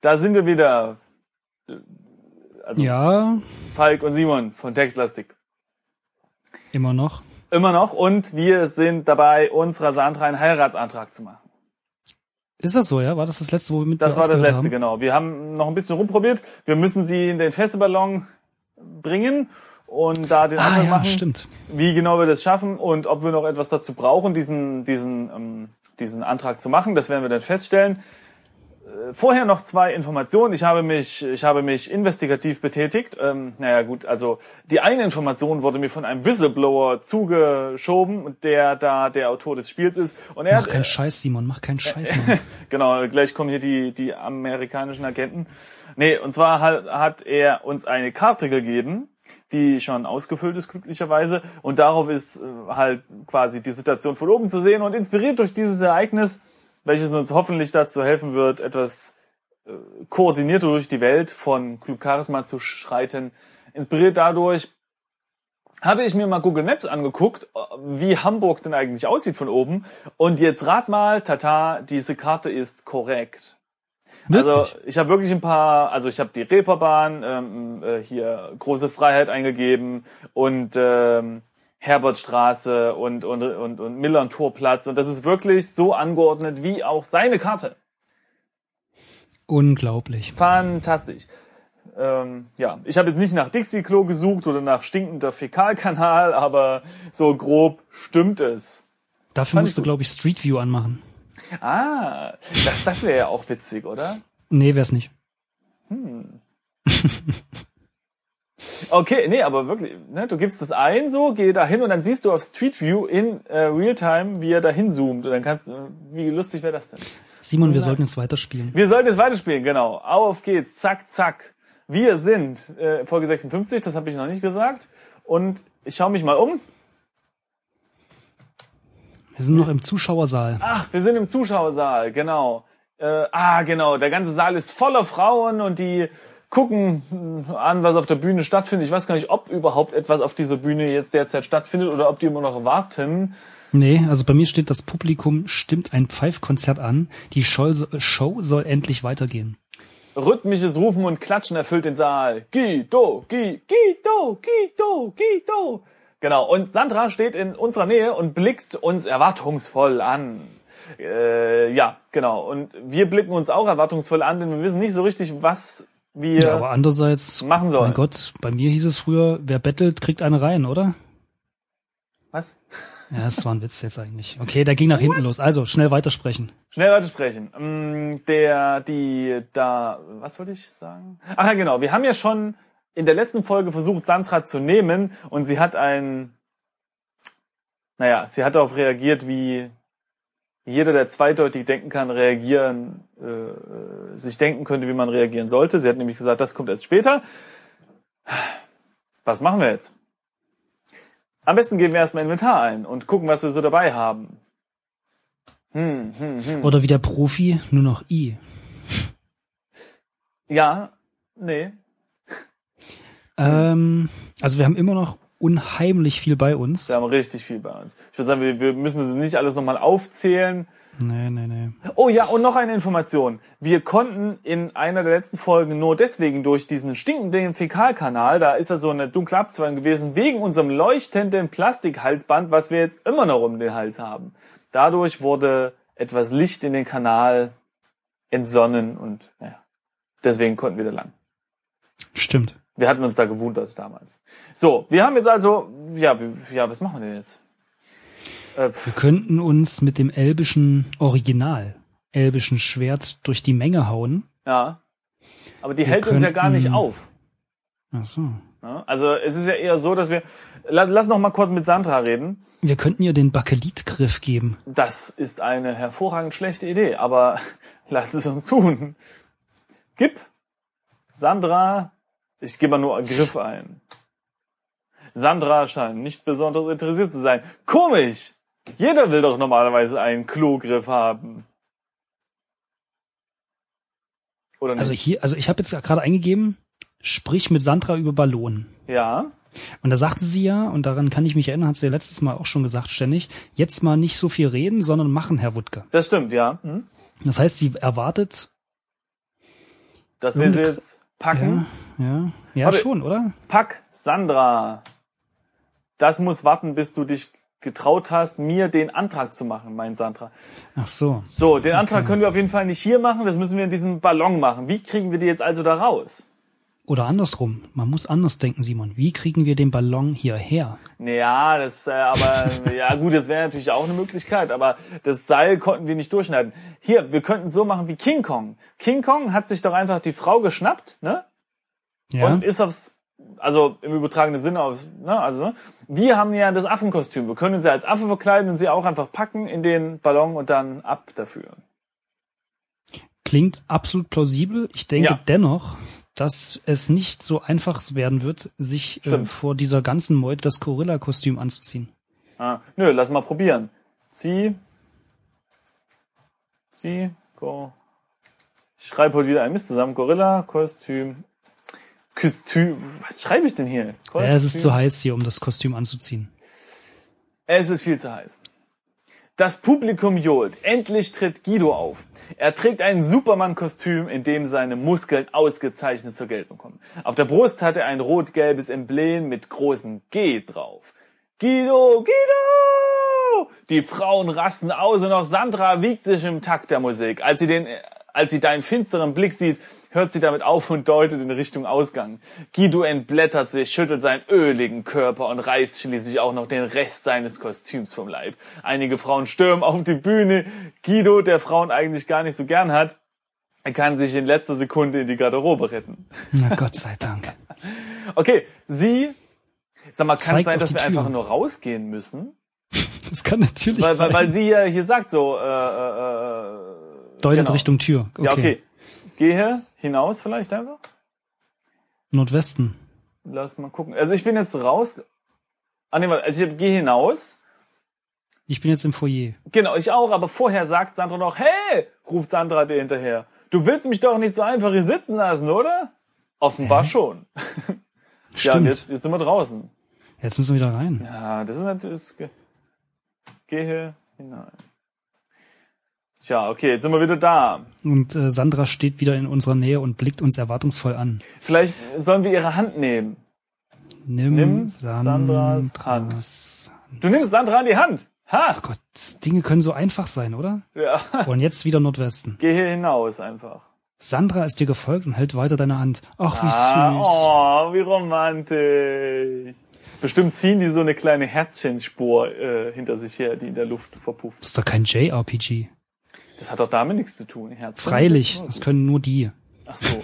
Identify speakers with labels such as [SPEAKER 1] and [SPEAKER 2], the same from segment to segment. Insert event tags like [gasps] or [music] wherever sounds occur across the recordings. [SPEAKER 1] Da sind wir wieder. Also
[SPEAKER 2] Ja,
[SPEAKER 1] Falk und Simon von Textlastik.
[SPEAKER 2] immer noch.
[SPEAKER 1] Immer noch. Und wir sind dabei, uns rasant rein Heiratsantrag zu machen.
[SPEAKER 2] Ist das so, ja? War das das letzte, womit
[SPEAKER 1] Das
[SPEAKER 2] wir
[SPEAKER 1] war das
[SPEAKER 2] aufgehört
[SPEAKER 1] letzte,
[SPEAKER 2] haben?
[SPEAKER 1] genau. Wir haben noch ein bisschen rumprobiert. Wir müssen sie in den Festeballon bringen und da den
[SPEAKER 2] Ah
[SPEAKER 1] Anfang
[SPEAKER 2] ja,
[SPEAKER 1] genau. machen,
[SPEAKER 2] stimmt.
[SPEAKER 1] wie genau wir das schaffen und ob wir noch etwas dazu brauchen, diesen, diesen, ähm, diesen Antrag zu machen. Das werden wir dann feststellen. Äh, Vorher noch zwei Informationen. Ich habe mich, ich habe mich investigativ betätigt. Ähm, naja, gut, also die eine Information wurde mir von einem Whistleblower zugeschoben, der da der Autor des Spiels ist. Und er
[SPEAKER 2] Mach
[SPEAKER 1] hat,
[SPEAKER 2] keinen Scheiß, Simon, mach keinen Scheiß, Mann.
[SPEAKER 1] Genau, gleich kommen hier die, die amerikanischen Agenten. Nee, und zwar hat, hat er uns eine Karte gegeben, die schon ausgefüllt ist, glücklicherweise. Und darauf ist äh, halt quasi die Situation von oben zu sehen. Und inspiriert durch dieses Ereignis, welches uns hoffentlich dazu helfen wird, etwas äh, koordinierter durch die Welt von Club Charisma zu schreiten. Inspiriert dadurch habe ich mir mal Google Maps angeguckt, äh, wie Hamburg denn eigentlich aussieht von oben. Und jetzt rat mal, tata, diese Karte ist korrekt.
[SPEAKER 2] Wirklich?
[SPEAKER 1] [laughs] Also ich habe wirklich ein paar, also ich habe die Reeperbahn, ähm, äh, hier große Freiheit eingegeben und ähm, Herbertstraße und und und, und Millern Torplatz und das ist wirklich so angeordnet wie auch seine Karte.
[SPEAKER 2] Unglaublich.
[SPEAKER 1] Fantastisch. Ähm, ja, ich habe jetzt nicht nach Dixie-Klo gesucht oder nach stinkender Fäkalkanal, aber so grob stimmt es.
[SPEAKER 2] Dafür musst du, glaube ich, Street View anmachen.
[SPEAKER 1] Ah, das, das wäre ja auch witzig, oder?
[SPEAKER 2] Nee, wär's nicht.
[SPEAKER 1] Okay, nee, aber wirklich, ne, du gibst das ein, so, geh da hin und dann siehst du auf Street View in äh, Realtime, wie er da hinzoomt. Und dann kannst du, wie lustig wäre das denn?
[SPEAKER 2] Simon, wir sollten jetzt weiterspielen.
[SPEAKER 1] Wir sollten jetzt weiterspielen, genau. Auf geht's, zack, zack. Wir sind äh, Folge 56, das habe ich noch nicht gesagt. Und ich schaue mich mal um.
[SPEAKER 2] Wir sind noch im Zuschauersaal.
[SPEAKER 1] Ach, wir sind im Zuschauersaal, genau. Äh, ah, genau, der ganze Saal ist voller Frauen und die gucken mh, an, was auf der Bühne stattfindet. Ich weiß gar nicht, ob überhaupt etwas auf dieser Bühne jetzt derzeit stattfindet oder ob die immer noch warten.
[SPEAKER 2] Nee, also bei mir steht, das Publikum stimmt ein Pfeifkonzert an. Die Show, Show soll endlich weitergehen.
[SPEAKER 1] Rhythmisches Rufen und Klatschen erfüllt den Saal. Guido, Gui, Guido, Guido, Guido. Genau, und Sandra steht in unserer Nähe und blickt uns erwartungsvoll an. Äh, ja, genau. Und wir blicken uns auch erwartungsvoll an, denn wir wissen nicht so richtig, was wir...
[SPEAKER 2] Ja, aber andererseits,
[SPEAKER 1] machen sollen.
[SPEAKER 2] mein Gott, bei mir hieß es früher, wer bettelt, kriegt eine rein, oder?
[SPEAKER 1] was?
[SPEAKER 2] Ja, das war ein Witz jetzt eigentlich. Okay, der ging nach hinten los. Also, schnell weitersprechen.
[SPEAKER 1] Schnell weitersprechen. Ähm, Der, die, da, was wollte ich sagen? Ach ja, genau. Wir haben ja schon in der letzten Folge versucht, Sandra zu nehmen und sie hat ein, naja, sie hat darauf reagiert, wie jeder, der zweideutig denken kann, reagieren, äh, sich denken könnte, wie man reagieren sollte. Sie hat nämlich gesagt, das kommt erst später. Was machen wir jetzt? Am besten geben wir erstmal Inventar ein und gucken, was wir so dabei haben.
[SPEAKER 2] Oder wie der Profi, nur noch I.
[SPEAKER 1] Ja, nee,
[SPEAKER 2] Ähm, also wir haben immer noch unheimlich viel bei uns.
[SPEAKER 1] Wir haben richtig viel bei uns. Ich würde sagen, wir, wir müssen das nicht alles nochmal aufzählen.
[SPEAKER 2] Nee, nee, nee.
[SPEAKER 1] Oh ja, und noch eine Information. Wir konnten in einer der letzten Folgen nur deswegen durch diesen stinkenden Fäkalkanal, da ist ja so eine dunkle Abzweigung gewesen, wegen unserem leuchtenden Plastikhalsband, was wir jetzt immer noch um den Hals haben. Dadurch wurde etwas Licht in den Kanal entsonnen und naja, deswegen konnten wir da lang.
[SPEAKER 2] Stimmt.
[SPEAKER 1] Wir hatten uns da gewundert damals. So, wir haben jetzt also, ja, wir- ja was machen wir denn jetzt? Äh, pff.
[SPEAKER 2] Wir könnten uns mit dem elbischen Original, elbischen Schwert durch die Menge hauen.
[SPEAKER 1] Ja. Aber die hält uns ja gar nicht
[SPEAKER 2] könnten-
[SPEAKER 1] auf.
[SPEAKER 2] Ach so.
[SPEAKER 1] Ne? Also es ist ja eher so, dass wir. Lass, lass noch mal kurz mit Sandra reden.
[SPEAKER 2] Wir könnten ihr den Bakelitgriff geben.
[SPEAKER 1] Das ist eine hervorragend schlechte Idee, aber [laughs] lass es uns tun. Gib Sandra. Ich gebe mal nur Griff ein. Sandra scheint nicht besonders interessiert zu sein. Komisch! Jeder will doch normalerweise einen Klogriff haben. Oder nicht?
[SPEAKER 2] Also hier, also ich habe jetzt gerade eingegeben, sprich mit Sandra über Ballon.
[SPEAKER 1] ja.
[SPEAKER 2] Und da sagten sie ja, und daran kann ich mich erinnern, hat sie ja letztes Mal auch schon gesagt, ständig, jetzt mal nicht so viel reden, sondern machen, Herr Wuttke.
[SPEAKER 1] Das stimmt, ja. Hm?
[SPEAKER 2] Das heißt, sie erwartet
[SPEAKER 1] Das will sie jetzt packen.
[SPEAKER 2] Ja, ja, ja
[SPEAKER 1] Aber-
[SPEAKER 2] schon, oder?
[SPEAKER 1] Pack Sandra. Das muss warten, bis du dich getraut hast, mir den Antrag zu machen, mein Sandra.
[SPEAKER 2] Ach so.
[SPEAKER 1] So, den Antrag können wir auf jeden Fall nicht hier machen, das müssen wir in diesem Ballon machen. Wie kriegen wir die jetzt also da raus?
[SPEAKER 2] Oder andersrum. Man muss anders denken, Simon. Wie kriegen wir den Ballon hierher?
[SPEAKER 1] Naja, das, äh, aber, [laughs] ja gut, das wäre natürlich auch eine Möglichkeit, aber das Seil konnten wir nicht durchschneiden. Hier, wir könnten so machen wie King Kong. King Kong hat sich doch einfach die Frau geschnappt, ne?
[SPEAKER 2] Ja.
[SPEAKER 1] Und ist aufs, also im übertragenen Sinne aufs, ne, also, ne? Wir haben ja das Affenkostüm. Wir können sie als Affe verkleiden und sie auch einfach packen in den Ballon und dann ab dafür.
[SPEAKER 2] Klingt absolut plausibel. Ich denke
[SPEAKER 1] Ja.
[SPEAKER 2] dennoch, dass es nicht so einfach werden wird, sich äh,
[SPEAKER 1] Stimmt.
[SPEAKER 2] vor dieser ganzen Meute das Gorilla-Kostüm anzuziehen.
[SPEAKER 1] Ah, nö, lass mal probieren. Zieh. Zieh. Go. Ich schreibe heute wieder ein Mist zusammen. Gorilla, Kostüm. Kostüm. Was schreibe ich denn hier?
[SPEAKER 2] Ja,
[SPEAKER 1] Kostüm.
[SPEAKER 2] es ist zu heiß hier, um das Kostüm anzuziehen.
[SPEAKER 1] Es ist viel zu heiß. Das Publikum johlt. Endlich tritt Guido auf. Er trägt ein Superman-Kostüm, in dem seine Muskeln ausgezeichnet zur Geltung kommen. Auf der Brust hat er ein rot-gelbes Emblem mit großen G drauf. Guido, Guido! Die Frauen rasten aus und auch Sandra wiegt sich im Takt der Musik. Als sie den, als sie deinen finsteren Blick sieht, hört sie damit auf und deutet in Richtung Ausgang. Guido entblättert sich, schüttelt seinen öligen Körper und reißt schließlich auch noch den Rest seines Kostüms vom Leib. Einige Frauen stürmen auf die Bühne. Guido, der Frauen eigentlich gar nicht so gern hat, kann sich in letzter Sekunde in die Garderobe retten.
[SPEAKER 2] Na Gott sei
[SPEAKER 1] [laughs]
[SPEAKER 2] Dank.
[SPEAKER 1] Okay, sie, sag mal, kann
[SPEAKER 2] Zeigt
[SPEAKER 1] es sein,
[SPEAKER 2] auf
[SPEAKER 1] dass
[SPEAKER 2] die
[SPEAKER 1] wir
[SPEAKER 2] Tür.
[SPEAKER 1] einfach nur rausgehen müssen?
[SPEAKER 2] Das kann natürlich
[SPEAKER 1] Weil,
[SPEAKER 2] sein.
[SPEAKER 1] weil, weil sie ja hier sagt so, äh, äh, äh,
[SPEAKER 2] Deutet
[SPEAKER 1] genau.
[SPEAKER 2] Richtung Tür. Okay.
[SPEAKER 1] ja okay, gehe hinaus vielleicht einfach.
[SPEAKER 2] Nordwesten.
[SPEAKER 1] Lass mal gucken. Also ich bin jetzt raus. Ah, nee, warte. Also ich gehe hinaus.
[SPEAKER 2] Ich bin jetzt im Foyer.
[SPEAKER 1] Genau, ich auch, aber vorher sagt Sandra noch, hey, ruft Sandra dir hinterher. Du willst mich doch nicht so einfach hier sitzen lassen, oder? Offenbar schon. Ja, und
[SPEAKER 2] Stimmt. jetzt,
[SPEAKER 1] jetzt, jetzt sind wir draußen.
[SPEAKER 2] müssen wir wieder rein.
[SPEAKER 1] Ja, das ist natürlich. das ge- Gehe hinein. Tja, okay, jetzt sind wir wieder da.
[SPEAKER 2] Und äh, Sandra steht wieder in unserer Nähe und blickt uns erwartungsvoll an.
[SPEAKER 1] Vielleicht sollen wir ihre Hand nehmen.
[SPEAKER 2] Nimm,
[SPEAKER 1] Nimm Sandras
[SPEAKER 2] Sandras Hand.
[SPEAKER 1] Du nimmst Sandra an die Hand. Ha!
[SPEAKER 2] Gott, Dinge können so einfach sein, oder?
[SPEAKER 1] Ja. [laughs]
[SPEAKER 2] Und jetzt wieder Nordwesten.
[SPEAKER 1] Gehe hinaus einfach.
[SPEAKER 2] Sandra ist dir gefolgt und hält weiter deine Hand. Ach, wie süß.
[SPEAKER 1] Ah, oh, wie romantisch. Bestimmt ziehen die so eine kleine Herzchenspur äh, hinter sich her, die in der Luft verpufft.
[SPEAKER 2] Ist doch kein JRPG.
[SPEAKER 1] Das hat doch damit nichts zu tun. Herzchen
[SPEAKER 2] Freilich, das können nur die.
[SPEAKER 1] Ach so.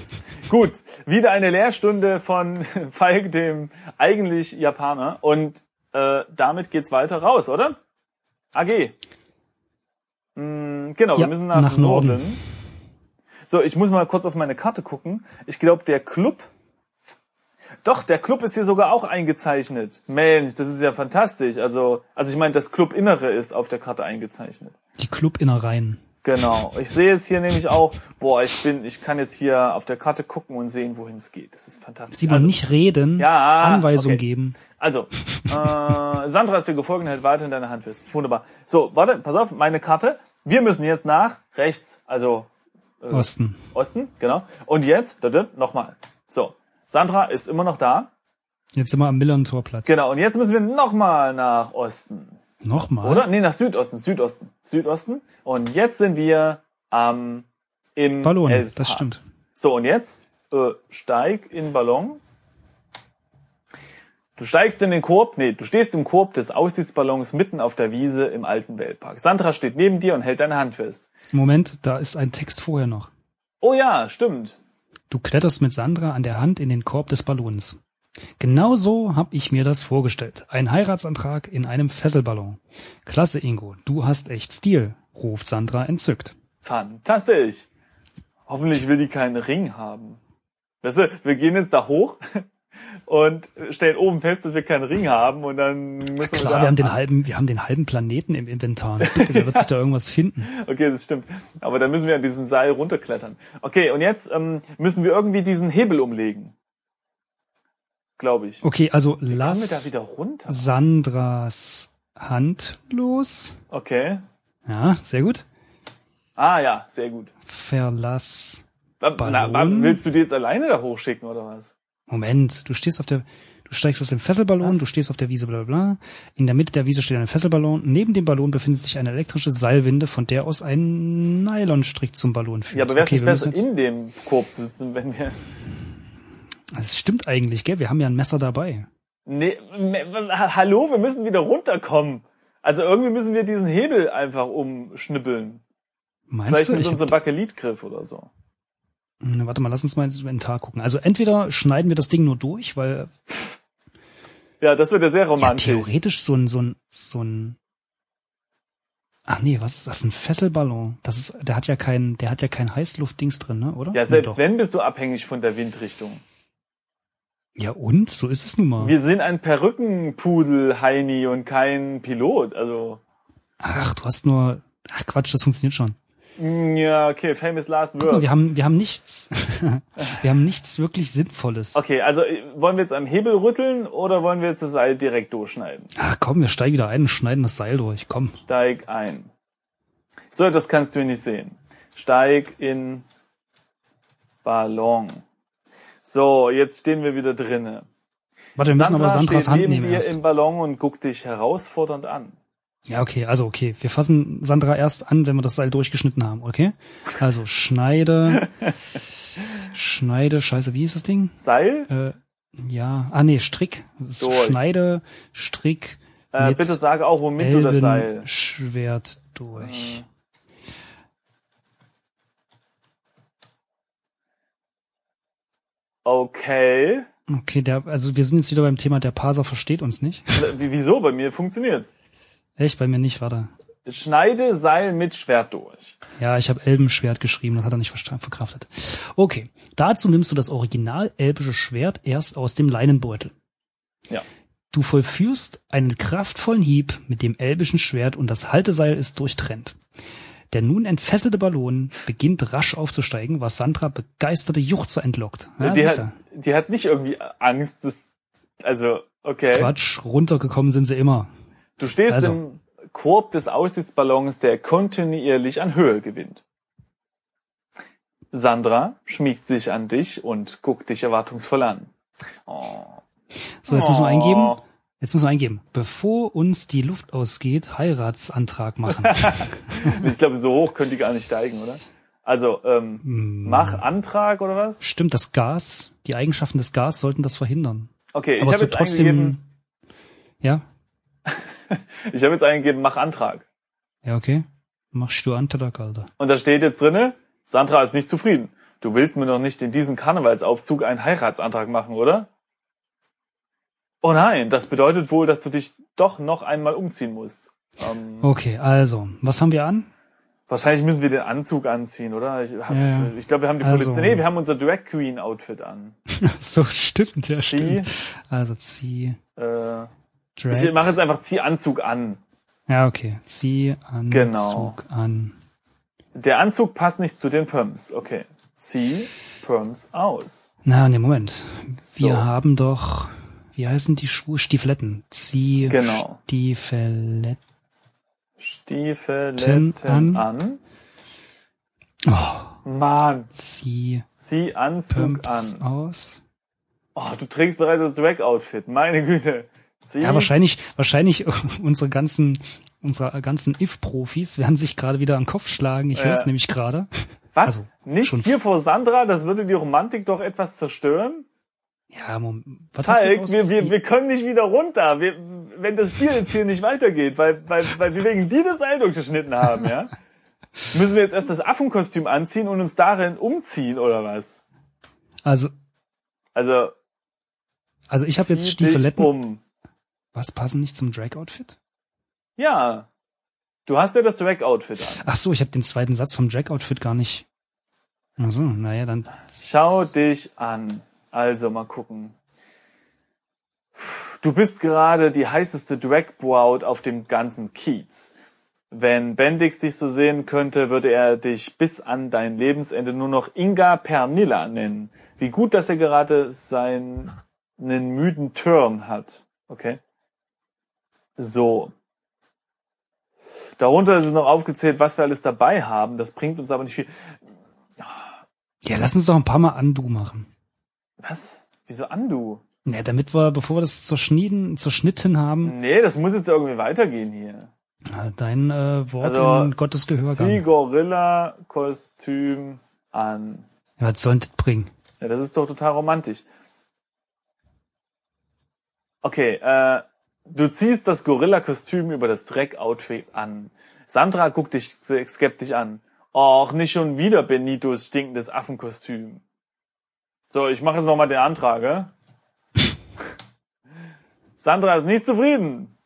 [SPEAKER 1] Gut, wieder eine Lehrstunde von [laughs] Falk, dem eigentlich Japaner. Und äh, damit geht's weiter raus, oder? AG. Mm, genau, wir
[SPEAKER 2] Ja,
[SPEAKER 1] müssen nach,
[SPEAKER 2] nach
[SPEAKER 1] Norden.
[SPEAKER 2] Norden.
[SPEAKER 1] So, ich muss mal kurz auf meine Karte gucken. Ich glaube, der Club. Doch, der Club ist hier sogar auch eingezeichnet. Mensch, das ist ja fantastisch. Also, also ich meine, das Clubinnere ist auf der Karte eingezeichnet.
[SPEAKER 2] Die Clubinnereien.
[SPEAKER 1] Genau. Ich sehe jetzt hier nämlich auch, boah, ich bin, ich kann jetzt hier auf der Karte gucken und sehen, wohin es geht. Das ist fantastisch.
[SPEAKER 2] Simon,
[SPEAKER 1] also,
[SPEAKER 2] nicht reden,
[SPEAKER 1] Ja,
[SPEAKER 2] Anweisung
[SPEAKER 1] okay.
[SPEAKER 2] geben.
[SPEAKER 1] also äh, Sandra ist dir gefolgt und hält weiter in deiner Hand fest. Wunderbar. So, warte, pass auf, meine Karte. Wir müssen jetzt nach rechts, also
[SPEAKER 2] Osten.
[SPEAKER 1] Osten, genau. Und jetzt, nochmal. So, Sandra ist immer noch da.
[SPEAKER 2] Jetzt sind wir am Millern-Torplatz.
[SPEAKER 1] Genau, und jetzt müssen wir nochmal nach Osten.
[SPEAKER 2] Nochmal.
[SPEAKER 1] Oder? Nee, nach Südosten, Südosten, Südosten. Und jetzt sind wir am im
[SPEAKER 2] Ballon,
[SPEAKER 1] Elfpark.
[SPEAKER 2] das stimmt.
[SPEAKER 1] So, und jetzt äh, steig in den Ballon. Du steigst in den Korb, nee, du stehst im Korb des Aussichtsballons mitten auf der Wiese im alten Weltpark. Sandra steht neben dir und hält deine Hand fest.
[SPEAKER 2] Moment, da ist ein Text vorher noch.
[SPEAKER 1] Oh ja, stimmt.
[SPEAKER 2] Du kletterst mit Sandra an der Hand in den Korb des Ballons. Genau so hab ich mir das vorgestellt. Ein Heiratsantrag in einem Fesselballon. Klasse, Ingo, du hast echt Stil, ruft Sandra entzückt.
[SPEAKER 1] Fantastisch. Hoffentlich will die keinen Ring haben. Weißt du, wir gehen jetzt da hoch [laughs] und stellen oben fest, dass wir keinen Ring haben und dann müssen wir
[SPEAKER 2] Klar,
[SPEAKER 1] da
[SPEAKER 2] wir haben den halben, wir haben den halben Planeten im Inventar. Ne? Bitte, da wird sich da irgendwas finden.
[SPEAKER 1] Okay, das stimmt. Aber dann müssen wir an diesem Seil runterklettern. Okay, und jetzt ähm, müssen wir irgendwie diesen Hebel umlegen. Glaube ich.
[SPEAKER 2] Okay, also
[SPEAKER 1] Kommen wir da
[SPEAKER 2] lass
[SPEAKER 1] wieder runter?
[SPEAKER 2] Sandras Hand los.
[SPEAKER 1] Okay.
[SPEAKER 2] Ja, sehr gut.
[SPEAKER 1] Ah ja, sehr gut.
[SPEAKER 2] Verlass
[SPEAKER 1] Na, na,
[SPEAKER 2] Ballon?
[SPEAKER 1] willst du die jetzt alleine da hochschicken oder was?
[SPEAKER 2] Moment, du stehst auf der, du steigst aus dem Fesselballon,
[SPEAKER 1] Was?
[SPEAKER 2] du stehst auf der Wiese, bla, bla bla. In der Mitte der Wiese steht ein Fesselballon. Neben dem Ballon befindet sich eine elektrische Seilwinde, von der aus ein Nylonstrick zum Ballon führt.
[SPEAKER 1] Ja, aber wäre es
[SPEAKER 2] okay,
[SPEAKER 1] nicht
[SPEAKER 2] wir müssen
[SPEAKER 1] besser
[SPEAKER 2] jetzt,
[SPEAKER 1] in dem Korb sitzen, wenn wir.
[SPEAKER 2] das Also, stimmt eigentlich, gell? Wir haben ja ein Messer dabei.
[SPEAKER 1] Nee, ne, me- ha- hallo, wir müssen wieder runterkommen. Also irgendwie müssen wir diesen Hebel einfach umschnippeln.
[SPEAKER 2] Meinst
[SPEAKER 1] Vielleicht
[SPEAKER 2] du?
[SPEAKER 1] mit
[SPEAKER 2] Ich,
[SPEAKER 1] unserem Bakelitgriff oder so.
[SPEAKER 2] Hm, warte mal, lass uns mal ins Inventar gucken. Also entweder schneiden wir das Ding nur durch, weil
[SPEAKER 1] Ja, das wird ja sehr
[SPEAKER 2] ja,
[SPEAKER 1] romantisch.
[SPEAKER 2] theoretisch so ein, so ein, so ein, ach nee, was ist das? Ein Fesselballon. Das ist, der hat ja kein, der hat ja kein Heißluftdings drin, ne, oder?
[SPEAKER 1] Ja,
[SPEAKER 2] Nee,
[SPEAKER 1] selbst
[SPEAKER 2] doch.
[SPEAKER 1] wenn bist du abhängig von der Windrichtung.
[SPEAKER 2] Ja, und? So ist es nun mal.
[SPEAKER 1] Wir sind ein Perückenpudel, Heini, und kein Pilot. Also,
[SPEAKER 2] Ach, du hast nur. Ach Quatsch, das funktioniert schon.
[SPEAKER 1] mm, ja, okay, famous last
[SPEAKER 2] Guck mal,
[SPEAKER 1] word.
[SPEAKER 2] wir haben, wir haben nichts. [laughs] wir haben nichts wirklich Sinnvolles.
[SPEAKER 1] Okay, also äh, wollen wir jetzt am Hebel rütteln oder wollen wir jetzt das Seil direkt durchschneiden?
[SPEAKER 2] Ach Ah, komm, wir steigen wieder ein und schneiden das Seil durch. Komm.
[SPEAKER 1] Steig ein. So, das kannst du nicht sehen. Steig in Ballon. So, jetzt stehen wir wieder drinne.
[SPEAKER 2] Warte, wir müssen aber Sandras
[SPEAKER 1] steht
[SPEAKER 2] Hand
[SPEAKER 1] neben
[SPEAKER 2] nehmen
[SPEAKER 1] dir
[SPEAKER 2] erst.
[SPEAKER 1] im Ballon und guckt dich herausfordernd an.
[SPEAKER 2] Ja, okay, also okay. Wir fassen Sandra erst an, wenn wir das Seil durchgeschnitten haben, okay?
[SPEAKER 1] [laughs]
[SPEAKER 2] Also schneide. schneide, scheiße, wie ist das Ding?
[SPEAKER 1] Seil?
[SPEAKER 2] Äh, ja. Ah nee, Strick. Das ist
[SPEAKER 1] Durch.
[SPEAKER 2] Schneide, Strick.
[SPEAKER 1] Äh,
[SPEAKER 2] mit
[SPEAKER 1] bitte sage auch, womit du das Seil.
[SPEAKER 2] Schwert durch.
[SPEAKER 1] Okay. Äh,
[SPEAKER 2] Okay, der, also wir sind jetzt wieder beim Thema, der Parser versteht uns nicht.
[SPEAKER 1] W- Wieso? Bei mir funktioniert's.
[SPEAKER 2] Echt, bei mir nicht, warte.
[SPEAKER 1] Schneide Seil mit Schwert durch.
[SPEAKER 2] Ja, ich habe Elbenschwert geschrieben, das hat er nicht versta- verkraftet. Okay, dazu nimmst du das original elbische Schwert erst aus dem Leinenbeutel.
[SPEAKER 1] Ja.
[SPEAKER 2] Du vollführst einen kraftvollen Hieb mit dem elbischen Schwert und das Halteseil ist durchtrennt. Der nun entfesselte Ballon beginnt rasch aufzusteigen, was Sandra begeisterte Juchzer entlockt. Ja,
[SPEAKER 1] die,
[SPEAKER 2] siehst
[SPEAKER 1] hat,
[SPEAKER 2] du.
[SPEAKER 1] die hat nicht irgendwie Angst, dass, also, okay.
[SPEAKER 2] Quatsch, runtergekommen sind sie immer.
[SPEAKER 1] Du stehst
[SPEAKER 2] Also.
[SPEAKER 1] im Korb des Aussichtsballons, der kontinuierlich an Höhe gewinnt. Sandra schmiegt sich an dich und guckt dich erwartungsvoll an. Oh.
[SPEAKER 2] So, jetzt müssen wir
[SPEAKER 1] Oh.
[SPEAKER 2] eingeben. Jetzt müssen wir eingeben. Bevor uns die Luft ausgeht,
[SPEAKER 1] [laughs]
[SPEAKER 2] Heiratsantrag machen.
[SPEAKER 1] Ich glaube, so hoch könnt ihr gar nicht steigen, oder? Also, ähm,
[SPEAKER 2] Hm,
[SPEAKER 1] mach Antrag oder was?
[SPEAKER 2] Stimmt, das Gas, die Eigenschaften des Gas sollten das verhindern.
[SPEAKER 1] Okay, ich
[SPEAKER 2] Aber es
[SPEAKER 1] habe
[SPEAKER 2] wird
[SPEAKER 1] jetzt
[SPEAKER 2] trotzdem.
[SPEAKER 1] eingegeben,
[SPEAKER 2] Ja?
[SPEAKER 1] ich habe jetzt eingegeben, mach Antrag.
[SPEAKER 2] Ja, okay. Machst du Antrag, Alter.
[SPEAKER 1] Und da steht jetzt drinne, Sandra ist nicht zufrieden. Du willst mir doch nicht in diesem Karnevalsaufzug einen Heiratsantrag machen, oder? Oh nein, das bedeutet wohl, dass du dich doch noch einmal umziehen musst. Ähm,
[SPEAKER 2] Okay, also, was haben wir an? [laughs]
[SPEAKER 1] Wahrscheinlich müssen wir den Anzug anziehen, oder? Ich, hab-
[SPEAKER 2] Ja.
[SPEAKER 1] ich glaube, wir haben die
[SPEAKER 2] Also.
[SPEAKER 1] Polizei. Nee, wir haben unser Drag Queen Outfit an.
[SPEAKER 2] so, stimmt, ja,
[SPEAKER 1] Zieh,
[SPEAKER 2] stimmt. Also, zieh,
[SPEAKER 1] äh, ich
[SPEAKER 2] Drag.
[SPEAKER 1] mache jetzt einfach zieh Anzug an.
[SPEAKER 2] Ja, okay. Zieh Anzug
[SPEAKER 1] Genau.
[SPEAKER 2] an.
[SPEAKER 1] Der Anzug passt nicht zu den Perms. Okay. Zieh Perms aus.
[SPEAKER 2] Na, nee, Moment.
[SPEAKER 1] So.
[SPEAKER 2] Wir haben doch, wie heißen die Schuhe? Stiefletten. Zieh
[SPEAKER 1] Genau.
[SPEAKER 2] Stiefeletten.
[SPEAKER 1] Stiefeletten
[SPEAKER 2] an.
[SPEAKER 1] an.
[SPEAKER 2] Oh,
[SPEAKER 1] Mann,
[SPEAKER 2] zieh
[SPEAKER 1] zieh Anzug
[SPEAKER 2] Pumps
[SPEAKER 1] an.
[SPEAKER 2] aus.
[SPEAKER 1] Oh, du trägst bereits das Drag-Outfit. Meine Güte. Zieh.
[SPEAKER 2] Ja, wahrscheinlich, wahrscheinlich [laughs] unsere ganzen, unsere ganzen If-Profis werden sich gerade wieder am Kopf schlagen. Ich
[SPEAKER 1] Ja.
[SPEAKER 2] höre es nämlich gerade.
[SPEAKER 1] Was?
[SPEAKER 2] also,
[SPEAKER 1] nicht
[SPEAKER 2] schon-
[SPEAKER 1] hier vor Sandra? Das würde die Romantik doch etwas zerstören?
[SPEAKER 2] Ja, Moment. Was hast du jetzt
[SPEAKER 1] Falk, wir,
[SPEAKER 2] ausgesucht?
[SPEAKER 1] wir, wir können nicht wieder runter, wir, wenn das Spiel jetzt hier nicht weitergeht, weil, weil, weil wir wegen die das Seil durchgeschnitten haben, ja? Müssen wir jetzt erst das Affenkostüm anziehen und uns darin umziehen, oder was?
[SPEAKER 2] Also,
[SPEAKER 1] Also,
[SPEAKER 2] also ich habe jetzt
[SPEAKER 1] zieh dich
[SPEAKER 2] Stiefeletten.
[SPEAKER 1] um.
[SPEAKER 2] Was passen nicht zum Drag-Outfit?
[SPEAKER 1] Ja. Du hast ja das Drag-Outfit an.
[SPEAKER 2] Ach so, ich habe den zweiten Satz vom Drag-Outfit gar nicht. Ach so, naja, dann.
[SPEAKER 1] Schau dich an. Also, mal gucken. Du bist gerade die heißeste Drag-Braut auf dem ganzen Kiez. Wenn Bendix dich so sehen könnte, würde er dich bis an dein Lebensende nur noch Inga Pernilla nennen. Wie gut, dass er gerade seinen müden Turn hat. Okay? So. Darunter ist es noch aufgezählt, was wir alles dabei haben. Das bringt uns aber nicht viel.
[SPEAKER 2] Ja, lass uns doch ein paar Mal Andu machen.
[SPEAKER 1] Was? Wieso Andu?
[SPEAKER 2] Na, damit wir, bevor wir das zerschnitten, zerschnitten haben,
[SPEAKER 1] Nee, das muss jetzt irgendwie weitergehen hier.
[SPEAKER 2] na, dein äh, Wort
[SPEAKER 1] Also,
[SPEAKER 2] in Gottes Gehör gegangen.
[SPEAKER 1] Zigorilla-Kostüm an.
[SPEAKER 2] Ja, was soll denn das bringen?
[SPEAKER 1] Ja, das ist doch total romantisch. Okay, äh, du ziehst das Gorilla-Kostüm über das Dreck-Outfit an. Sandra guckt dich sehr skeptisch an. Och, nicht schon wieder Benitos stinkendes Affenkostüm. So, ich mache jetzt nochmal den Antrag, äh? [laughs] Sandra ist nicht zufrieden.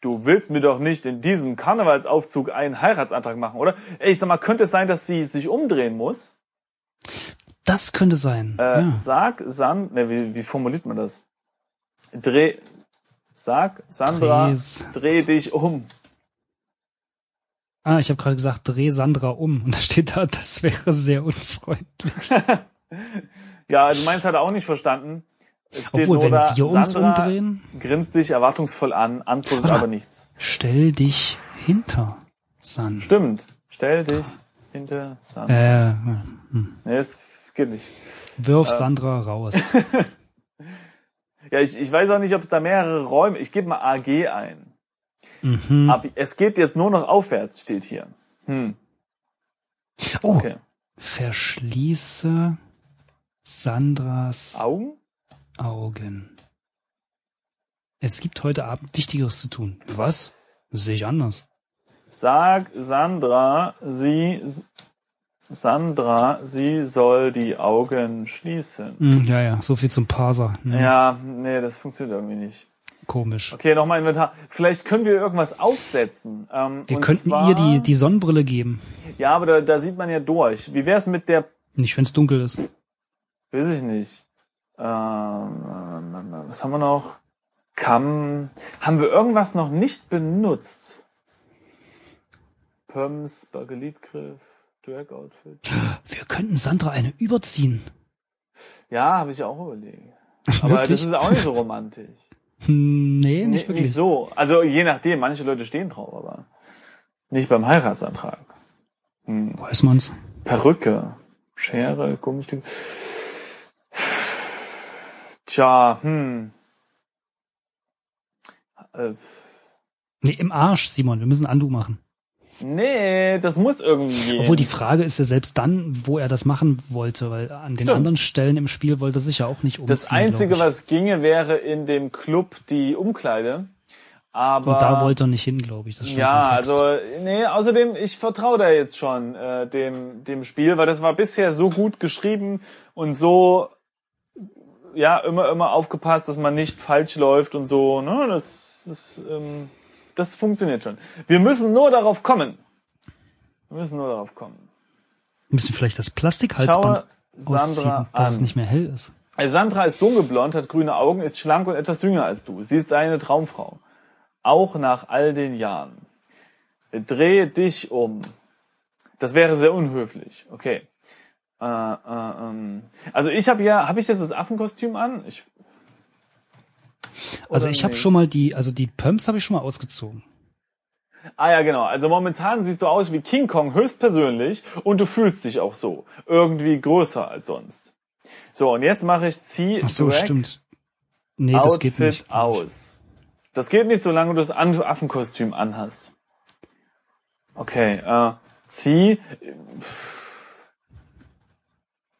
[SPEAKER 1] Du willst mir doch nicht in diesem Karnevalsaufzug einen Heiratsantrag machen, oder? Ey, ich sag mal, könnte es sein, dass sie sich umdrehen muss?
[SPEAKER 2] Das könnte sein.
[SPEAKER 1] Äh,
[SPEAKER 2] ja.
[SPEAKER 1] Sag San, ne, wie, wie formuliert man das? Dreh, sag Sandra,
[SPEAKER 2] Dreh's.
[SPEAKER 1] dreh dich um.
[SPEAKER 2] Ah, ich habe gerade gesagt, dreh Sandra um. Und da steht da, das wäre sehr unfreundlich.
[SPEAKER 1] Ja, also meins hat er auch nicht verstanden. Es steht
[SPEAKER 2] Obwohl,
[SPEAKER 1] nur
[SPEAKER 2] wenn
[SPEAKER 1] da,
[SPEAKER 2] wir uns
[SPEAKER 1] Sandra
[SPEAKER 2] umdrehen,
[SPEAKER 1] grinst dich erwartungsvoll an, antwortet aber nichts.
[SPEAKER 2] stell dich hinter San.
[SPEAKER 1] Stimmt. Stell dich hinter Sandra.
[SPEAKER 2] Äh,
[SPEAKER 1] Nee, das geht nicht. Äh.
[SPEAKER 2] wirf Sandra raus.
[SPEAKER 1] Ja, ich, ich weiß auch nicht, ob es da mehrere Räume, ich gebe mal AG ein.
[SPEAKER 2] mhm.
[SPEAKER 1] Aber es geht jetzt nur noch aufwärts, steht hier. Hm, [laughs]
[SPEAKER 2] Oh,
[SPEAKER 1] okay.
[SPEAKER 2] verschließe Sandras
[SPEAKER 1] Augen?
[SPEAKER 2] Augen. Es gibt heute Abend Wichtigeres zu tun. Was? Das sehe ich anders.
[SPEAKER 1] Sag Sandra, sie Sandra, sie soll die Augen schließen.
[SPEAKER 2] Hm, ja, ja, so viel zum Parser. Hm,
[SPEAKER 1] Ja, nee, das funktioniert irgendwie nicht.
[SPEAKER 2] Komisch.
[SPEAKER 1] Okay, nochmal Inventar. Vielleicht können wir irgendwas aufsetzen. Ähm,
[SPEAKER 2] Wir
[SPEAKER 1] und
[SPEAKER 2] könnten
[SPEAKER 1] zwar,
[SPEAKER 2] ihr die, die Sonnenbrille geben.
[SPEAKER 1] Ja, aber da, da sieht man ja durch. Wie wär's mit der
[SPEAKER 2] Nicht, wenn es dunkel ist.
[SPEAKER 1] Weiß ich nicht. Ähm, was haben wir noch? Kamm. Haben wir irgendwas noch nicht benutzt? Pumps, Bagelitgriff, Drag Outfit.
[SPEAKER 2] Wir könnten Sandra eine überziehen.
[SPEAKER 1] Ja, habe ich auch
[SPEAKER 2] [laughs]
[SPEAKER 1] überlegt. Aber
[SPEAKER 2] Wirklich?
[SPEAKER 1] das ist auch nicht so
[SPEAKER 2] [laughs]
[SPEAKER 1] romantisch.
[SPEAKER 2] Hm, Nee,
[SPEAKER 1] Nee,
[SPEAKER 2] nicht wirklich.
[SPEAKER 1] Nicht so. Also je nachdem, manche Leute stehen drauf, aber nicht beim Heiratsantrag. Hm,
[SPEAKER 2] Weiß man's.
[SPEAKER 1] Perücke, Schere, Gummistück. Tja, hm. Äh,
[SPEAKER 2] Nee, im Arsch, Simon. Wir müssen Andu machen.
[SPEAKER 1] nee, das muss irgendwie gehen.
[SPEAKER 2] Obwohl die Frage ist ja selbst dann, wo er das machen wollte, weil an den
[SPEAKER 1] Stimmt.
[SPEAKER 2] anderen Stellen im Spiel wollte er sich ja auch nicht umziehen.
[SPEAKER 1] das Einzige,
[SPEAKER 2] glaub
[SPEAKER 1] was ginge, wäre in dem Club die Umkleide.
[SPEAKER 2] ich.
[SPEAKER 1] Aber
[SPEAKER 2] Und da wollte er nicht hin, glaube ich. Das stand
[SPEAKER 1] Ja,
[SPEAKER 2] im Text.
[SPEAKER 1] also nee, außerdem ich vertraue da jetzt schon äh, dem dem Spiel, weil das war bisher so gut geschrieben und so ja immer immer aufgepasst, dass man nicht falsch läuft und so. Ne, das das, ähm, das funktioniert schon. Wir müssen nur darauf kommen. Wir müssen nur darauf kommen.
[SPEAKER 2] Wir müssen vielleicht das Plastikhalsband
[SPEAKER 1] Schaue
[SPEAKER 2] ausziehen,
[SPEAKER 1] Sandra
[SPEAKER 2] dass es
[SPEAKER 1] an.
[SPEAKER 2] nicht mehr hell ist.
[SPEAKER 1] Also Sandra ist dunkelblond, hat grüne Augen, ist schlank und etwas jünger als du. Sie ist eine Traumfrau. Auch nach all den Jahren. Drehe dich um. Das wäre sehr unhöflich. Okay. Äh, äh, ähm. Also ich habe ja, habe ich jetzt das Affenkostüm an? Ich,
[SPEAKER 2] Also
[SPEAKER 1] Oder
[SPEAKER 2] ich habe
[SPEAKER 1] nicht?
[SPEAKER 2] schon mal die, also die Pumps habe ich schon mal ausgezogen.
[SPEAKER 1] ah ja, genau. Also momentan siehst du aus wie King Kong höchstpersönlich und du fühlst dich auch so. Irgendwie größer als sonst. So, und jetzt mache ich zieh
[SPEAKER 2] Ach so,
[SPEAKER 1] Drag
[SPEAKER 2] stimmt. Nee, das geht
[SPEAKER 1] Outfit
[SPEAKER 2] nicht.
[SPEAKER 1] aus. Das geht nicht, solange du das An- Affenkostüm anhast. Okay, äh, zieh äh, pff.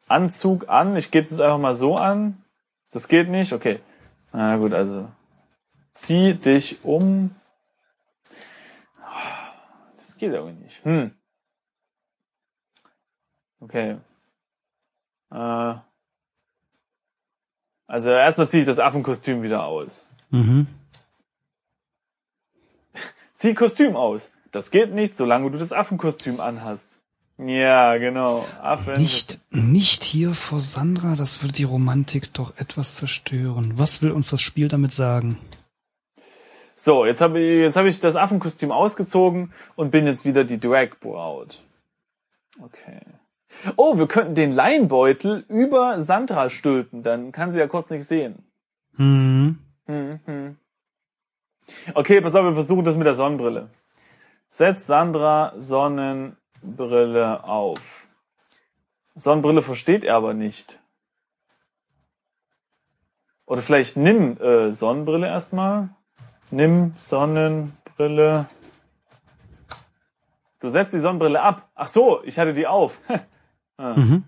[SPEAKER 1] Anzug an. Ich gebe es jetzt einfach mal so an. Das geht nicht. Okay. Na gut, also zieh dich um. Das geht irgendwie nicht. Hm. Okay. Äh, also erstmal ziehe ich das Affenkostüm wieder aus.
[SPEAKER 2] Mhm.
[SPEAKER 1] Zieh Kostüm aus. Das geht nicht, solange du das Affenkostüm anhast. Ja, genau. Affen.
[SPEAKER 2] Nicht, nicht hier vor Sandra, das würde die Romantik doch etwas zerstören. Was will uns das Spiel damit sagen?
[SPEAKER 1] So, jetzt habe ich, jetzt hab ich das Affenkostüm ausgezogen und bin jetzt wieder die Drag Braut. Okay. Oh, wir könnten den Leinbeutel über Sandra stülpen, dann kann sie ja kurz nichts sehen.
[SPEAKER 2] Mhm.
[SPEAKER 1] Hm, hm. Okay, pass auf, wir versuchen das mit der Sonnenbrille. Setz Sandra Sonnenbrille auf. Sonnenbrille versteht er aber nicht. Oder vielleicht nimm äh, Sonnenbrille erstmal. Nimm Sonnenbrille. Du setzt die Sonnenbrille ab. Ach so, ich hatte die auf. [laughs] ah.
[SPEAKER 2] Mhm.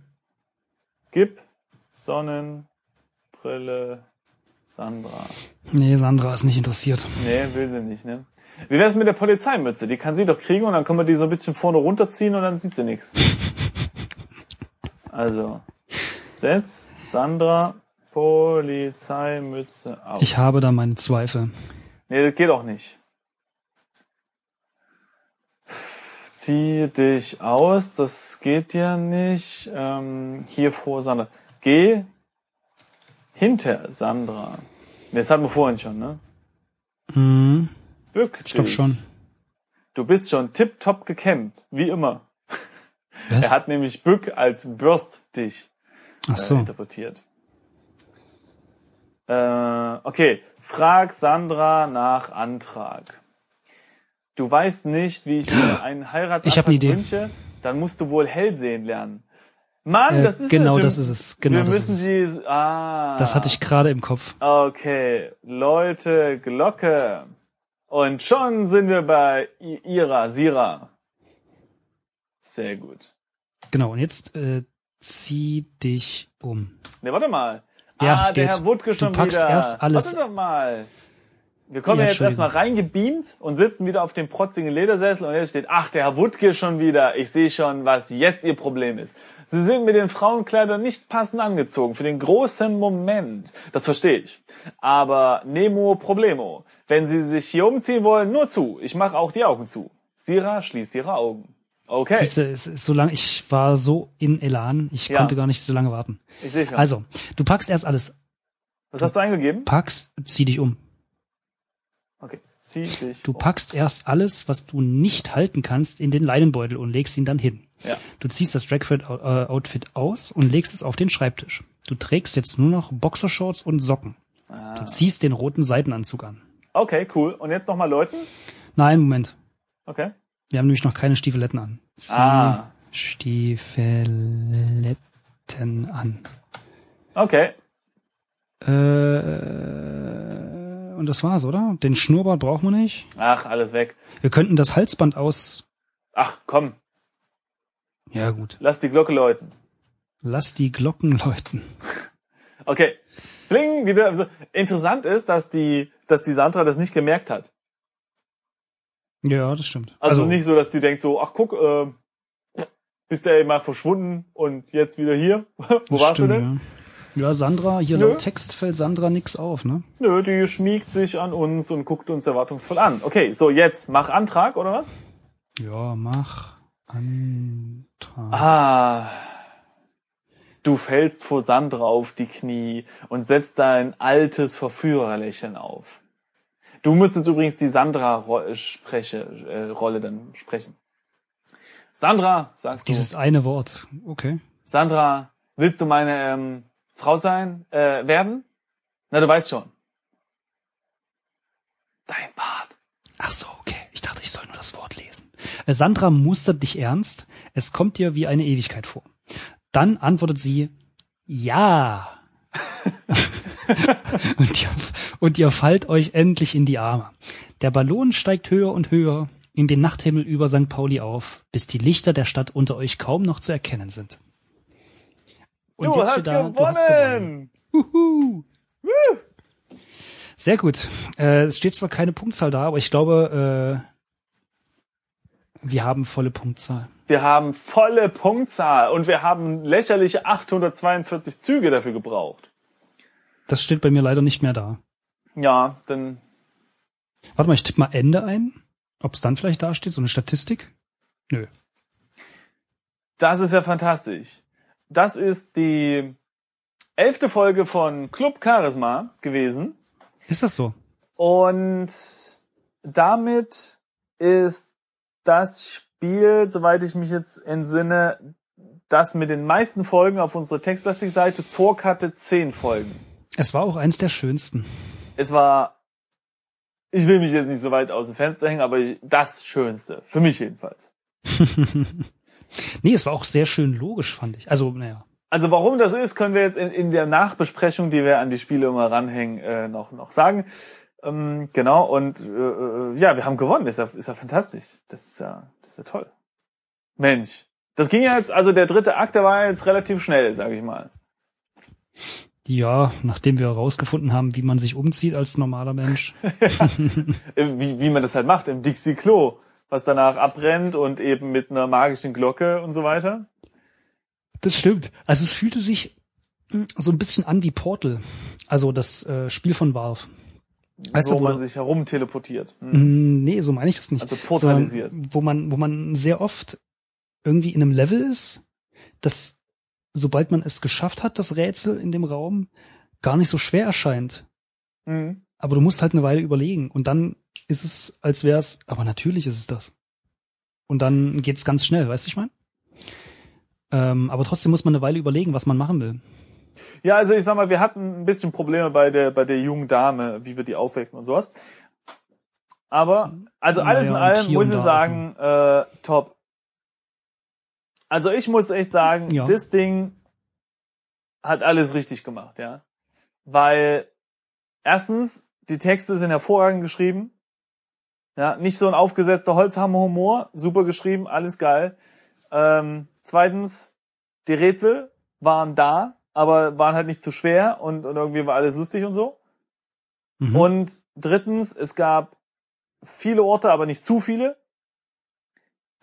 [SPEAKER 1] Gib Sonnenbrille Sandra.
[SPEAKER 2] Nee, Sandra ist nicht interessiert.
[SPEAKER 1] Nee, will sie nicht, ne? Wie wär's mit der Polizeimütze? Die kann sie doch kriegen und dann können wir die so ein bisschen vorne runterziehen und dann sieht sie nichts. Also, setz Sandra Polizeimütze auf.
[SPEAKER 2] Ich habe da meine Zweifel.
[SPEAKER 1] Nee, das geht auch nicht. Zieh dich aus, das geht ja nicht. Ähm, hier vor Sandra. Geh hinter Sandra. Nee, Das hatten wir vorhin schon, ne?
[SPEAKER 2] Mhm.
[SPEAKER 1] Bück
[SPEAKER 2] Ich glaube
[SPEAKER 1] dich.
[SPEAKER 2] schon.
[SPEAKER 1] Du bist schon tipptopp gekämmt, wie immer.
[SPEAKER 2] Was?
[SPEAKER 1] Er hat nämlich Bück als Bürst dich
[SPEAKER 2] Ach
[SPEAKER 1] äh,
[SPEAKER 2] so.
[SPEAKER 1] interpretiert. Äh, okay, frag Sandra nach Antrag. Du weißt nicht, wie ich
[SPEAKER 2] [gasps]
[SPEAKER 1] mir einen
[SPEAKER 2] Ich hab
[SPEAKER 1] Heiratsantrag
[SPEAKER 2] eine Idee.
[SPEAKER 1] wünsche, dann musst du wohl hell sehen lernen. Mann,
[SPEAKER 2] Äh,
[SPEAKER 1] das ist
[SPEAKER 2] genau
[SPEAKER 1] es.
[SPEAKER 2] das ist es. Genau
[SPEAKER 1] wir
[SPEAKER 2] das
[SPEAKER 1] müssen
[SPEAKER 2] ist
[SPEAKER 1] sie. Ah.
[SPEAKER 2] Das hatte ich gerade im Kopf.
[SPEAKER 1] Okay, Leute, Glocke. Und schon sind wir bei I- Ira, Sira. Sehr gut.
[SPEAKER 2] Genau, und jetzt äh, zieh dich um.
[SPEAKER 1] Ne, warte mal.
[SPEAKER 2] Ja,
[SPEAKER 1] ah,
[SPEAKER 2] es
[SPEAKER 1] der
[SPEAKER 2] geht.
[SPEAKER 1] Herr Wutke
[SPEAKER 2] Du
[SPEAKER 1] schon
[SPEAKER 2] packst
[SPEAKER 1] wieder.
[SPEAKER 2] erst alles-
[SPEAKER 1] Warte doch mal. Wir kommen
[SPEAKER 2] Ja,
[SPEAKER 1] ja, jetzt
[SPEAKER 2] Entschuldigung.
[SPEAKER 1] erstmal reingebeamt und sitzen wieder auf dem protzigen Ledersessel und jetzt steht, ach, der Herr Wutke schon wieder. Ich sehe schon, was jetzt ihr Problem ist. Sie sind mit den Frauenkleidern nicht passend angezogen für den großen Moment. Das verstehe ich. Aber Nemo Problemo. Wenn Sie sich hier umziehen wollen, nur zu. Ich mache auch die Augen zu. Sira schließt ihre Augen. Okay,
[SPEAKER 2] Siehste, es ist so lang, ich war so in Elan, ich
[SPEAKER 1] Ja.
[SPEAKER 2] konnte gar nicht so lange warten.
[SPEAKER 1] ich sehe schon.
[SPEAKER 2] Also, du packst erst alles.
[SPEAKER 1] was hast du eingegeben?
[SPEAKER 2] Packst, zieh dich um.
[SPEAKER 1] Okay, zieh dich.
[SPEAKER 2] Du
[SPEAKER 1] um.
[SPEAKER 2] packst erst alles, was du nicht halten kannst, in den Leinenbeutel und legst ihn dann hin.
[SPEAKER 1] Ja.
[SPEAKER 2] Du ziehst das Dragfred-Outfit aus und legst es auf den Schreibtisch. Du trägst jetzt nur noch Boxershorts und Socken.
[SPEAKER 1] Ah.
[SPEAKER 2] Du ziehst den roten Seitenanzug an.
[SPEAKER 1] Okay, cool. Und jetzt nochmal läuten?
[SPEAKER 2] Nein, Moment.
[SPEAKER 1] Okay.
[SPEAKER 2] Wir haben nämlich noch keine Stiefeletten an. Zieh
[SPEAKER 1] Ah.
[SPEAKER 2] Stiefeletten an.
[SPEAKER 1] Okay.
[SPEAKER 2] Äh, und das war's, oder? Den Schnurrbart brauchen wir nicht.
[SPEAKER 1] Ach, alles weg.
[SPEAKER 2] Wir könnten das Halsband aus.
[SPEAKER 1] Ach, komm,
[SPEAKER 2] Ja, gut.
[SPEAKER 1] lass die Glocke läuten.
[SPEAKER 2] Lass die Glocken [laughs] läuten.
[SPEAKER 1] Okay. Bling, wieder. Also, interessant ist, dass die, dass die Sandra das nicht gemerkt hat.
[SPEAKER 2] Ja, das stimmt.
[SPEAKER 1] Also, es ist nicht so, dass die denkt so, ach guck, äh, bist der eben mal verschwunden und jetzt wieder hier. [laughs] Wo
[SPEAKER 2] das
[SPEAKER 1] warst
[SPEAKER 2] stimmt,
[SPEAKER 1] du denn?
[SPEAKER 2] Ja. ja, Sandra, hier
[SPEAKER 1] Nö.
[SPEAKER 2] laut Text fällt Sandra nix auf, ne?
[SPEAKER 1] Nö, die schmiegt sich an uns und guckt uns erwartungsvoll an. Okay, so jetzt mach Antrag oder was?
[SPEAKER 2] Ja, mach Antrag.
[SPEAKER 1] Ah. Du fällst vor Sandra auf die Knie und setzt dein altes Verführerlächeln auf. Du müsstest übrigens die Sandra-Rolle äh, Rolle dann sprechen. Sandra, sagst du.
[SPEAKER 2] Dieses eine Wort. Okay.
[SPEAKER 1] Sandra, willst du meine ähm, Frau sein, äh, werden? Na, du weißt schon. Dein Bart.
[SPEAKER 2] Ach so, okay. Ich dachte, ich soll nur das Wort lesen. Äh, Sandra mustert dich ernst. Es kommt dir wie eine Ewigkeit vor. Dann antwortet sie, ja. [laughs] und, ihr, und ihr fallt euch endlich in die Arme. Der Ballon steigt höher und höher in den Nachthimmel über St. Pauli auf, bis die Lichter der Stadt unter euch kaum noch zu erkennen sind. Und
[SPEAKER 1] Du
[SPEAKER 2] jetzt
[SPEAKER 1] hast,
[SPEAKER 2] steht da,
[SPEAKER 1] gewonnen.
[SPEAKER 2] du hast gewonnen. Juhu. Sehr gut. Äh, es steht zwar keine Punktzahl da, aber ich glaube, äh, wir haben volle Punktzahl.
[SPEAKER 1] Wir haben volle Punktzahl und wir haben lächerliche 842 Züge dafür gebraucht.
[SPEAKER 2] Das steht bei mir leider nicht mehr da.
[SPEAKER 1] Ja, dann
[SPEAKER 2] Warte mal, ich tippe mal Ende ein. Ob es dann vielleicht da steht, so eine Statistik? Nö.
[SPEAKER 1] das ist ja fantastisch. Das ist die elfte Folge von Club Charisma gewesen
[SPEAKER 2] Ist das so?
[SPEAKER 1] und damit ist das Spiel, soweit ich mich jetzt entsinne, das mit den meisten Folgen auf unserer Textlastik-Seite. Zork hatte zehn Folgen.
[SPEAKER 2] Es war auch eins der schönsten.
[SPEAKER 1] es war, ich will mich jetzt nicht so weit aus dem Fenster hängen, aber ich- das Schönste. Für mich jedenfalls.
[SPEAKER 2] Nee, es war auch sehr schön logisch, fand ich. Also, naja.
[SPEAKER 1] Also warum das ist, können wir jetzt in, in der Nachbesprechung, die wir an die Spiele immer ranhängen, äh, noch, noch sagen. Ähm, genau, und äh, ja, wir haben gewonnen. Ist ja, ist ja fantastisch. Das ist ja, das ist ja toll. Mensch. Das ging ja jetzt, also der dritte Akt, der war jetzt relativ schnell, sage ich mal.
[SPEAKER 2] Ja, nachdem wir herausgefunden haben, wie man sich umzieht als normaler Mensch.
[SPEAKER 1] wie, wie man das halt macht im Dixie-Klo, was danach abbrennt und eben mit einer magischen Glocke und so weiter.
[SPEAKER 2] [laughs] Das stimmt. Also es fühlte sich hm, so ein bisschen an wie Portal. Also das äh, Spiel von Valve.
[SPEAKER 1] Weißt wo du, man sich herumteleportiert. Mhm.
[SPEAKER 2] Hm. Nee, so meine ich das nicht.
[SPEAKER 1] Also portalisiert.
[SPEAKER 2] Sondern wo man, wo man sehr oft irgendwie in einem Level ist, das, sobald man es geschafft hat, das Rätsel in dem Raum, gar nicht so schwer erscheint.
[SPEAKER 1] Mhm.
[SPEAKER 2] Aber du musst halt eine Weile überlegen. Und dann ist es, als wär's, aber natürlich ist es das. Und dann geht's ganz schnell, weißt du, ich meine? Ähm, aber trotzdem muss man eine Weile überlegen, was man machen will.
[SPEAKER 1] Ja, also ich sag mal, wir hatten ein bisschen Probleme bei der, bei der jungen Dame, wie wir die aufwecken und sowas. Aber, also alles
[SPEAKER 2] Naja,
[SPEAKER 1] in allem
[SPEAKER 2] hier
[SPEAKER 1] muss
[SPEAKER 2] und
[SPEAKER 1] ich
[SPEAKER 2] da.
[SPEAKER 1] sagen, äh, top. Also ich muss echt sagen,
[SPEAKER 2] Ja.
[SPEAKER 1] das Ding hat alles richtig gemacht, ja. Weil erstens, die Texte sind hervorragend geschrieben. Ja, nicht so ein aufgesetzter Holzhammer-Humor, super geschrieben, alles geil. Ähm, zweitens, die Rätsel waren da, aber waren halt nicht zu schwer und, und irgendwie war alles lustig und so.
[SPEAKER 2] Mhm.
[SPEAKER 1] Und drittens, es gab viele Orte, aber nicht zu viele.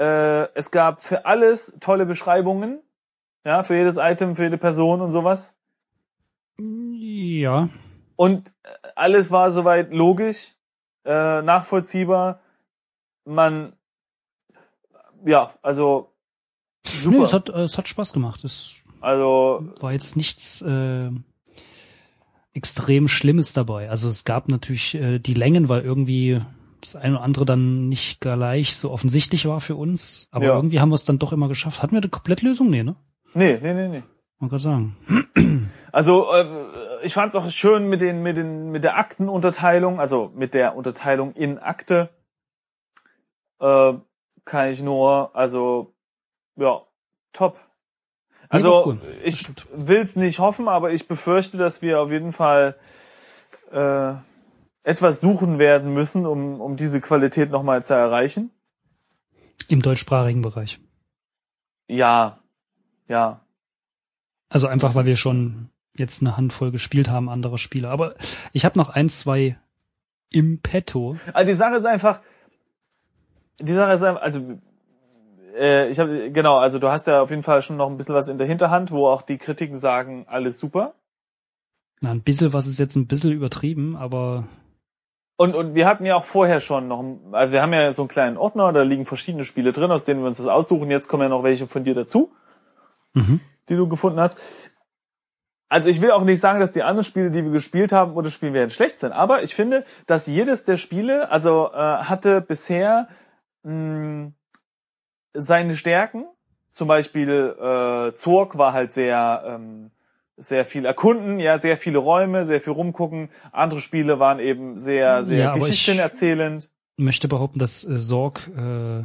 [SPEAKER 1] Äh, es gab für alles tolle Beschreibungen. Ja, für jedes Item, für jede Person und sowas.
[SPEAKER 2] ja,
[SPEAKER 1] Und äh, alles war soweit logisch, äh, nachvollziehbar. Man, ja, also
[SPEAKER 2] Nö,
[SPEAKER 1] super.
[SPEAKER 2] es hat, äh, es hat Spaß gemacht. Es
[SPEAKER 1] also
[SPEAKER 2] war jetzt nichts äh, extrem Schlimmes dabei. Also es gab natürlich äh, die Längen, weil irgendwie das eine oder andere dann nicht gleich so offensichtlich war für uns. Aber
[SPEAKER 1] Ja.
[SPEAKER 2] irgendwie haben wir es dann doch immer geschafft. Hatten wir eine Komplettlösung? Nee, ne?
[SPEAKER 1] nee, nee, nee, nee.
[SPEAKER 2] Man kann sagen.
[SPEAKER 1] Also äh, ich fand es auch schön mit den mit den mit der Aktenunterteilung, also mit der Unterteilung in Akte. Äh, kann ich nur, also ja, top.
[SPEAKER 2] war
[SPEAKER 1] Also
[SPEAKER 2] cool. Das
[SPEAKER 1] ich
[SPEAKER 2] stimmt.
[SPEAKER 1] will's nicht hoffen, aber ich befürchte, dass wir auf jeden Fall äh, etwas suchen werden müssen, um um diese Qualität nochmal zu erreichen.
[SPEAKER 2] Im deutschsprachigen Bereich.
[SPEAKER 1] Ja, ja,
[SPEAKER 2] Also einfach, weil wir schon jetzt eine Handvoll gespielt haben, andere Spiele. Aber ich habe noch ein, zwei im Petto.
[SPEAKER 1] Also die Sache ist einfach, die Sache ist einfach, also äh, ich habe genau, also du hast ja auf jeden Fall schon noch ein bisschen was in der Hinterhand, wo auch die Kritiken sagen, alles super.
[SPEAKER 2] Na, ein bisschen was ist jetzt ein bisschen übertrieben, aber
[SPEAKER 1] Und und wir hatten ja auch vorher schon noch, ein- also wir haben ja so einen kleinen Ordner, da liegen verschiedene Spiele drin, aus denen wir uns was aussuchen. Jetzt kommen ja noch welche von dir dazu,
[SPEAKER 2] mhm.
[SPEAKER 1] die du gefunden hast. Also ich will auch nicht sagen, dass die anderen Spiele, die wir gespielt haben oder spielen werden, schlecht sind, aber ich finde, dass jedes der Spiele, also äh, hatte bisher mh, seine Stärken. Zum Beispiel äh, Zorg war halt sehr ähm, sehr viel erkunden, ja, sehr viele Räume, sehr viel rumgucken. Andere Spiele waren eben sehr sehr
[SPEAKER 2] Ja, aber ich-
[SPEAKER 1] Geschichten erzählend.
[SPEAKER 2] möchte behaupten, dass äh, Sorg äh,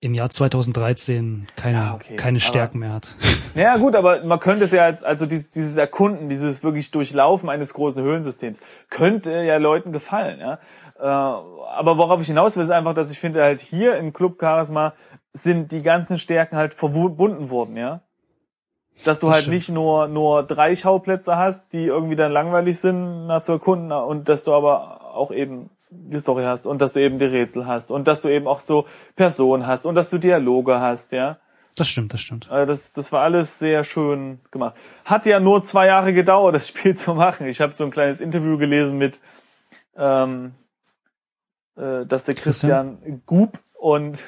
[SPEAKER 2] im Jahr 2013 keine,
[SPEAKER 1] Ja, Ah, okay,
[SPEAKER 2] keine
[SPEAKER 1] aber-
[SPEAKER 2] Stärken mehr hat.
[SPEAKER 1] Naja, gut, aber man könnte es ja als also dieses, dieses Erkunden, dieses wirklich Durchlaufen eines großen Höhlensystems könnte ja Leuten gefallen, ja. Äh, aber worauf ich hinaus will, ist einfach, dass ich finde halt hier im Club Charisma sind die ganzen Stärken halt verbunden worden, ja. Dass du
[SPEAKER 2] Das
[SPEAKER 1] halt
[SPEAKER 2] stimmt.
[SPEAKER 1] nicht nur nur drei Schauplätze hast, die irgendwie dann langweilig sind, na, zu erkunden, na, und dass du aber auch eben die Story hast und dass du eben die Rätsel hast und dass du eben auch so Personen hast und dass du Dialoge hast, ja.
[SPEAKER 2] Das stimmt, das stimmt.
[SPEAKER 1] Also das, das war alles sehr schön gemacht. Hat ja nur zwei Jahre gedauert, [laughs] das Spiel zu machen. Ich habe so ein kleines Interview gelesen mit, ähm, äh, dass der
[SPEAKER 2] Christian?
[SPEAKER 1] Christian Gub und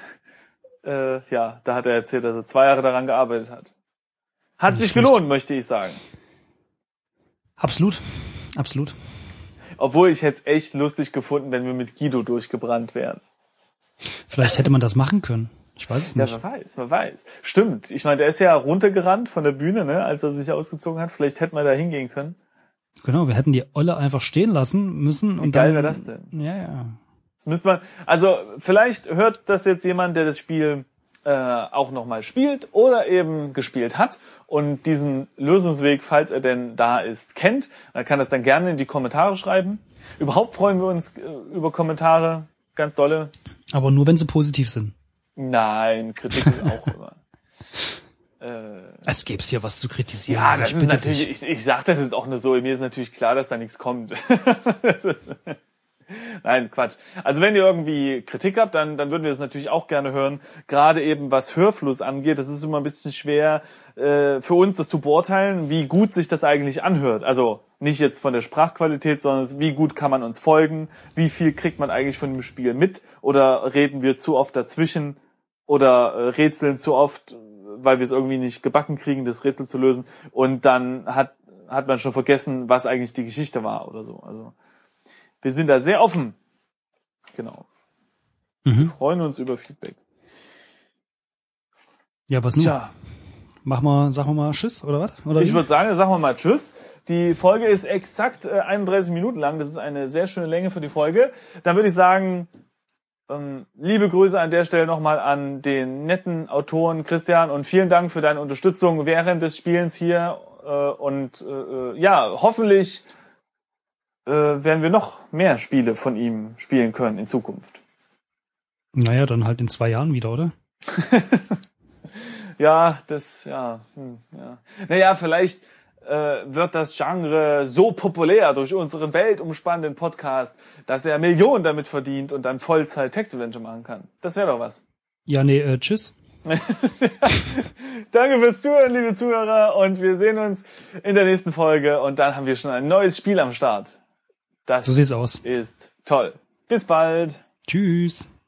[SPEAKER 1] äh, ja, da hat er erzählt, dass er zwei Jahre daran gearbeitet hat. Hat sich
[SPEAKER 2] Nicht schlecht.
[SPEAKER 1] gelohnt, möchte ich sagen.
[SPEAKER 2] Absolut, absolut.
[SPEAKER 1] Obwohl ich hätte es echt lustig gefunden, wenn wir mit Guido durchgebrannt wären.
[SPEAKER 2] Vielleicht hätte man das machen können. Ich weiß es
[SPEAKER 1] Ja,
[SPEAKER 2] nicht.
[SPEAKER 1] wer weiß, wer weiß. Stimmt. Ich meine, der ist ja runtergerannt von der Bühne, ne, als er sich ausgezogen hat. Vielleicht hätte man da hingehen können.
[SPEAKER 2] Genau, wir hätten die Olle einfach stehen lassen müssen. Und
[SPEAKER 1] geil wär
[SPEAKER 2] dann-
[SPEAKER 1] das denn?
[SPEAKER 2] Ja, ja.
[SPEAKER 1] Das müsste man, also vielleicht hört das jetzt jemand, der das Spiel äh, auch nochmal spielt oder eben gespielt hat und diesen Lösungsweg, falls er denn da ist, kennt. Er kann das dann gerne in die Kommentare schreiben. Überhaupt freuen wir uns äh, über Kommentare, ganz dolle.
[SPEAKER 2] Aber nur, wenn sie positiv sind.
[SPEAKER 1] Nein, Kritik ist auch immer.
[SPEAKER 2] Als gäbe es hier was zu kritisieren.
[SPEAKER 1] Ja,
[SPEAKER 2] also
[SPEAKER 1] das
[SPEAKER 2] ich
[SPEAKER 1] ist
[SPEAKER 2] bitte
[SPEAKER 1] natürlich,
[SPEAKER 2] dich.
[SPEAKER 1] ich, ich sag das jetzt auch nur so, mir ist natürlich klar, dass da nichts kommt. [laughs] das ist, nein, Quatsch. Also wenn ihr irgendwie Kritik habt, dann, dann würden wir das natürlich auch gerne hören. Gerade eben was Hörfluss angeht, das ist immer ein bisschen schwer äh, für uns, das zu beurteilen, wie gut sich das eigentlich anhört. Also nicht jetzt von der Sprachqualität, sondern wie gut kann man uns folgen, wie viel kriegt man eigentlich von dem Spiel mit oder reden wir zu oft dazwischen oder äh, rätseln zu oft, weil wir es irgendwie nicht gebacken kriegen, das Rätsel zu lösen. Und dann hat, hat man schon vergessen, was eigentlich die Geschichte war oder so. Also wir sind da sehr offen. Genau. Wir
[SPEAKER 2] Mhm.
[SPEAKER 1] freuen uns über Feedback.
[SPEAKER 2] Ja, was nun?
[SPEAKER 1] Tja,
[SPEAKER 2] Mach mal, sagen wir mal Schiss oder was? Oder
[SPEAKER 1] ich
[SPEAKER 2] wie?
[SPEAKER 1] würde sagen, dann sagen wir mal Tschüss. Die Folge ist exakt äh, 31 Minuten lang. Das ist eine sehr schöne Länge für die Folge. Dann würde ich sagen, ähm, liebe Grüße an der Stelle nochmal an den netten Autoren Christian und vielen Dank für deine Unterstützung während des Spielens hier. Äh, und äh, äh, ja, hoffentlich äh, werden wir noch mehr Spiele von ihm spielen können in Zukunft.
[SPEAKER 2] Naja, dann halt in zwei Jahren wieder, oder?
[SPEAKER 1] Ja, das, ja. Hm, ja. Naja, vielleicht äh, wird das Genre so populär durch unseren weltumspannenden Podcast, dass er Millionen damit verdient und dann Vollzeit Textadventure machen kann. Das wäre doch was. [laughs]
[SPEAKER 2] Ja, nee, äh, tschüss.
[SPEAKER 1] Danke fürs Zuhören, liebe Zuhörer, und wir sehen uns in der nächsten Folge und dann haben wir schon ein neues Spiel am Start. Das
[SPEAKER 2] So sieht's aus.
[SPEAKER 1] ist toll. Bis bald.
[SPEAKER 2] Tschüss.